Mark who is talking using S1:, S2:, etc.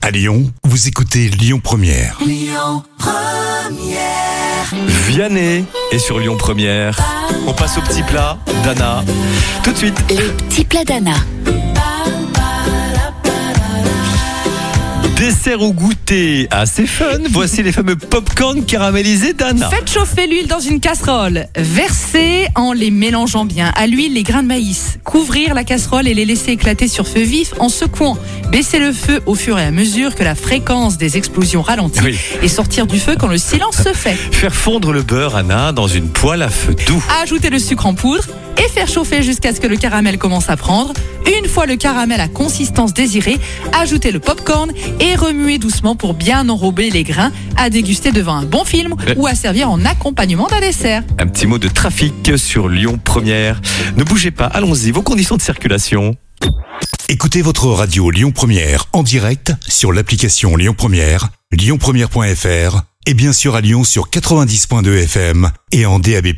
S1: À Lyon, vous écoutez Lyon Première.
S2: Vianney est sur Lyon Première. On passe au petit plat d'Anna. Tout de suite.
S3: Le petit plat d'Anna.
S2: Dessert au goûter assez fun. Voici les fameux popcorn caramélisés d'Anna.
S4: Faites chauffer l'huile dans une casserole. Versez en les mélangeant bien. À l'huile, les grains de maïs. Couvrir la casserole et les laisser éclater sur feu vif en secouant. Baisser le feu au fur et à mesure que la fréquence des explosions ralentit.
S2: Oui.
S4: Et sortir du feu quand le silence se fait.
S2: Faire fondre le beurre, Anna, dans une poêle à feu doux.
S4: Ajouter le sucre en poudre et faire chauffer jusqu'à ce que le caramel commence à prendre. Une fois le caramel à consistance désirée, ajoutez le popcorn et remuez doucement pour bien enrober les grains à déguster devant un bon film
S2: Ouais.
S4: ou à servir en accompagnement d'un dessert.
S2: Un petit mot de trafic sur Lyon Première. Ne bougez pas, allons-y, vos conditions de circulation.
S1: Écoutez votre radio Lyon Première en direct sur l'application Lyon Première, lyonpremière.fr et bien sûr à Lyon sur 90.2 FM et en DAB+.